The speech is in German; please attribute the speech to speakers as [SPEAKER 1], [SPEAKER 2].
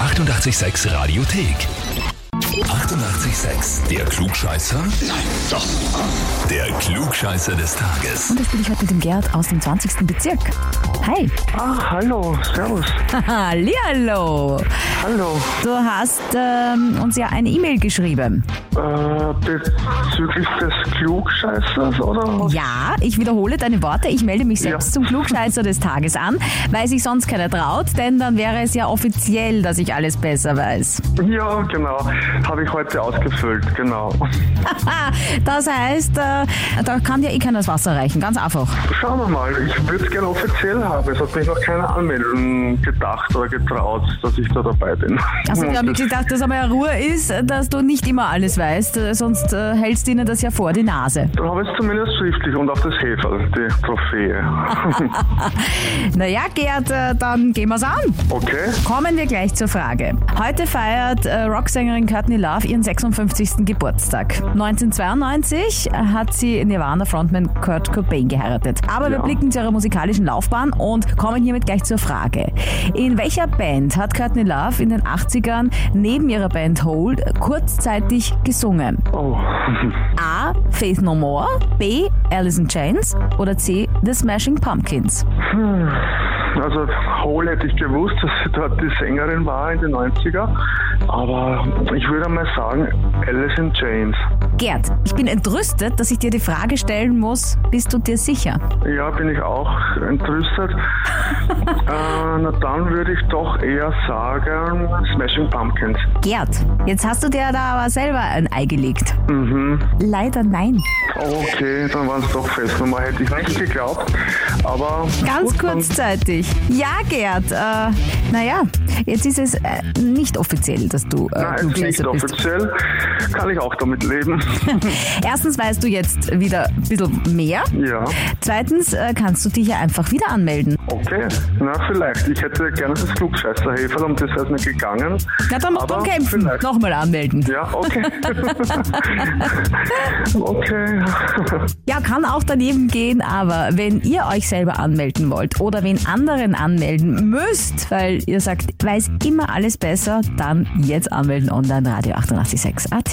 [SPEAKER 1] 886 Radiothek. 88,6. Der Klugscheißer? Nein, doch. Der Klugscheißer des Tages.
[SPEAKER 2] Und das bin ich heute mit dem Gerd aus dem 20. Bezirk. Hi.
[SPEAKER 3] Ah, hallo, servus.
[SPEAKER 2] Hallihallo.
[SPEAKER 3] Hallo.
[SPEAKER 2] Du hast ähm, uns ja eine E-Mail geschrieben.
[SPEAKER 3] Äh, bezüglich des Klugscheißers, oder?
[SPEAKER 2] Ja, ich wiederhole deine Worte. Ich melde mich selbst
[SPEAKER 3] Ja.
[SPEAKER 2] zum Klugscheißer des Tages an, weil sich sonst keiner traut, denn dann wäre es ja offiziell, dass ich alles besser weiß.
[SPEAKER 3] Ja, genau. Habe ich heute ausgefüllt, genau.
[SPEAKER 2] Ah, das heißt, äh, da kann dir eh keiner das Wasser reichen. Ganz einfach.
[SPEAKER 3] Schauen wir mal. Ich würde es gerne offiziell haben. Es hat mich noch keiner anmelden gedacht oder getraut, dass ich da dabei bin. Hm.
[SPEAKER 2] Also wir haben
[SPEAKER 3] Und
[SPEAKER 2] wirklich gedacht, dass einmal Ruhe ist, dass du nicht immer alles weißt, äh, sonst äh, hältst ihnen das ja vor die Nase.
[SPEAKER 3] Dann habe ich es zumindest schriftlich und auf das Heferl, die Trophäe.
[SPEAKER 2] Naja, Gerd, äh, dann gehen wir's an.
[SPEAKER 3] Okay.
[SPEAKER 2] Kommen wir gleich zur Frage. Heute feiert äh, Rocksängerin Courtney Love ihren 56. Geburtstag. 1992 hat sie Nirvana-Frontman Kurt Cobain geheiratet. Aber wir
[SPEAKER 3] Ja.
[SPEAKER 2] blicken zu ihrer musikalischen Laufbahn und kommen hiermit gleich zur Frage. In welcher Band hat Courtney Love in den 80ern neben ihrer Band Hold kurzzeitig gesungen?
[SPEAKER 3] Oh.
[SPEAKER 2] A. Faith No More, B. Alice in Chains oder C. The Smashing Pumpkins?
[SPEAKER 3] Also Hole hätte ich gewusst, dass sie dort die Sängerin war in den 90er. Aber ich würde mal sagen, Alice in Chains.
[SPEAKER 2] Gerd, ich bin entrüstet, dass ich dir die Frage stellen muss, bist du dir sicher?
[SPEAKER 3] Ja, bin ich auch entrüstet. äh, na dann würde ich doch eher sagen Smashing Pumpkins.
[SPEAKER 2] Gerd, jetzt hast du dir da aber selber ein Ei gelegt.
[SPEAKER 3] Mhm.
[SPEAKER 2] Leider nein.
[SPEAKER 3] Okay, dann waren es doch Festnummer. Hätte ich nicht geglaubt. Aber
[SPEAKER 2] Ganz
[SPEAKER 3] gut, dann-
[SPEAKER 2] kurzzeitig. Ja, Gerd, äh, naja, jetzt ist es äh, nicht offiziell, dass du äh,
[SPEAKER 3] Nein, ist nicht
[SPEAKER 2] Klugscheißer bist.
[SPEAKER 3] offiziell. Kann ich auch damit leben.
[SPEAKER 2] Erstens weißt du jetzt wieder ein bisschen mehr.
[SPEAKER 3] ja,
[SPEAKER 2] Zweitens äh, kannst du dich ja einfach wieder anmelden.
[SPEAKER 3] okay. Na, vielleicht. Ich hätte gerne das Klugscheißer-Heferl, um das wäre es nicht gegangen.
[SPEAKER 2] Na, dann musst du
[SPEAKER 3] Aber
[SPEAKER 2] kämpfen.
[SPEAKER 3] vielleicht.
[SPEAKER 2] Nochmal anmelden.
[SPEAKER 3] Ja, okay. okay.
[SPEAKER 2] Ja, kann auch daneben gehen, aber wenn ihr euch selber anmelden wollt oder wen anderen anmelden müsst, weil ihr sagt, weiß immer alles besser, dann jetzt anmelden online Radio 886 AT.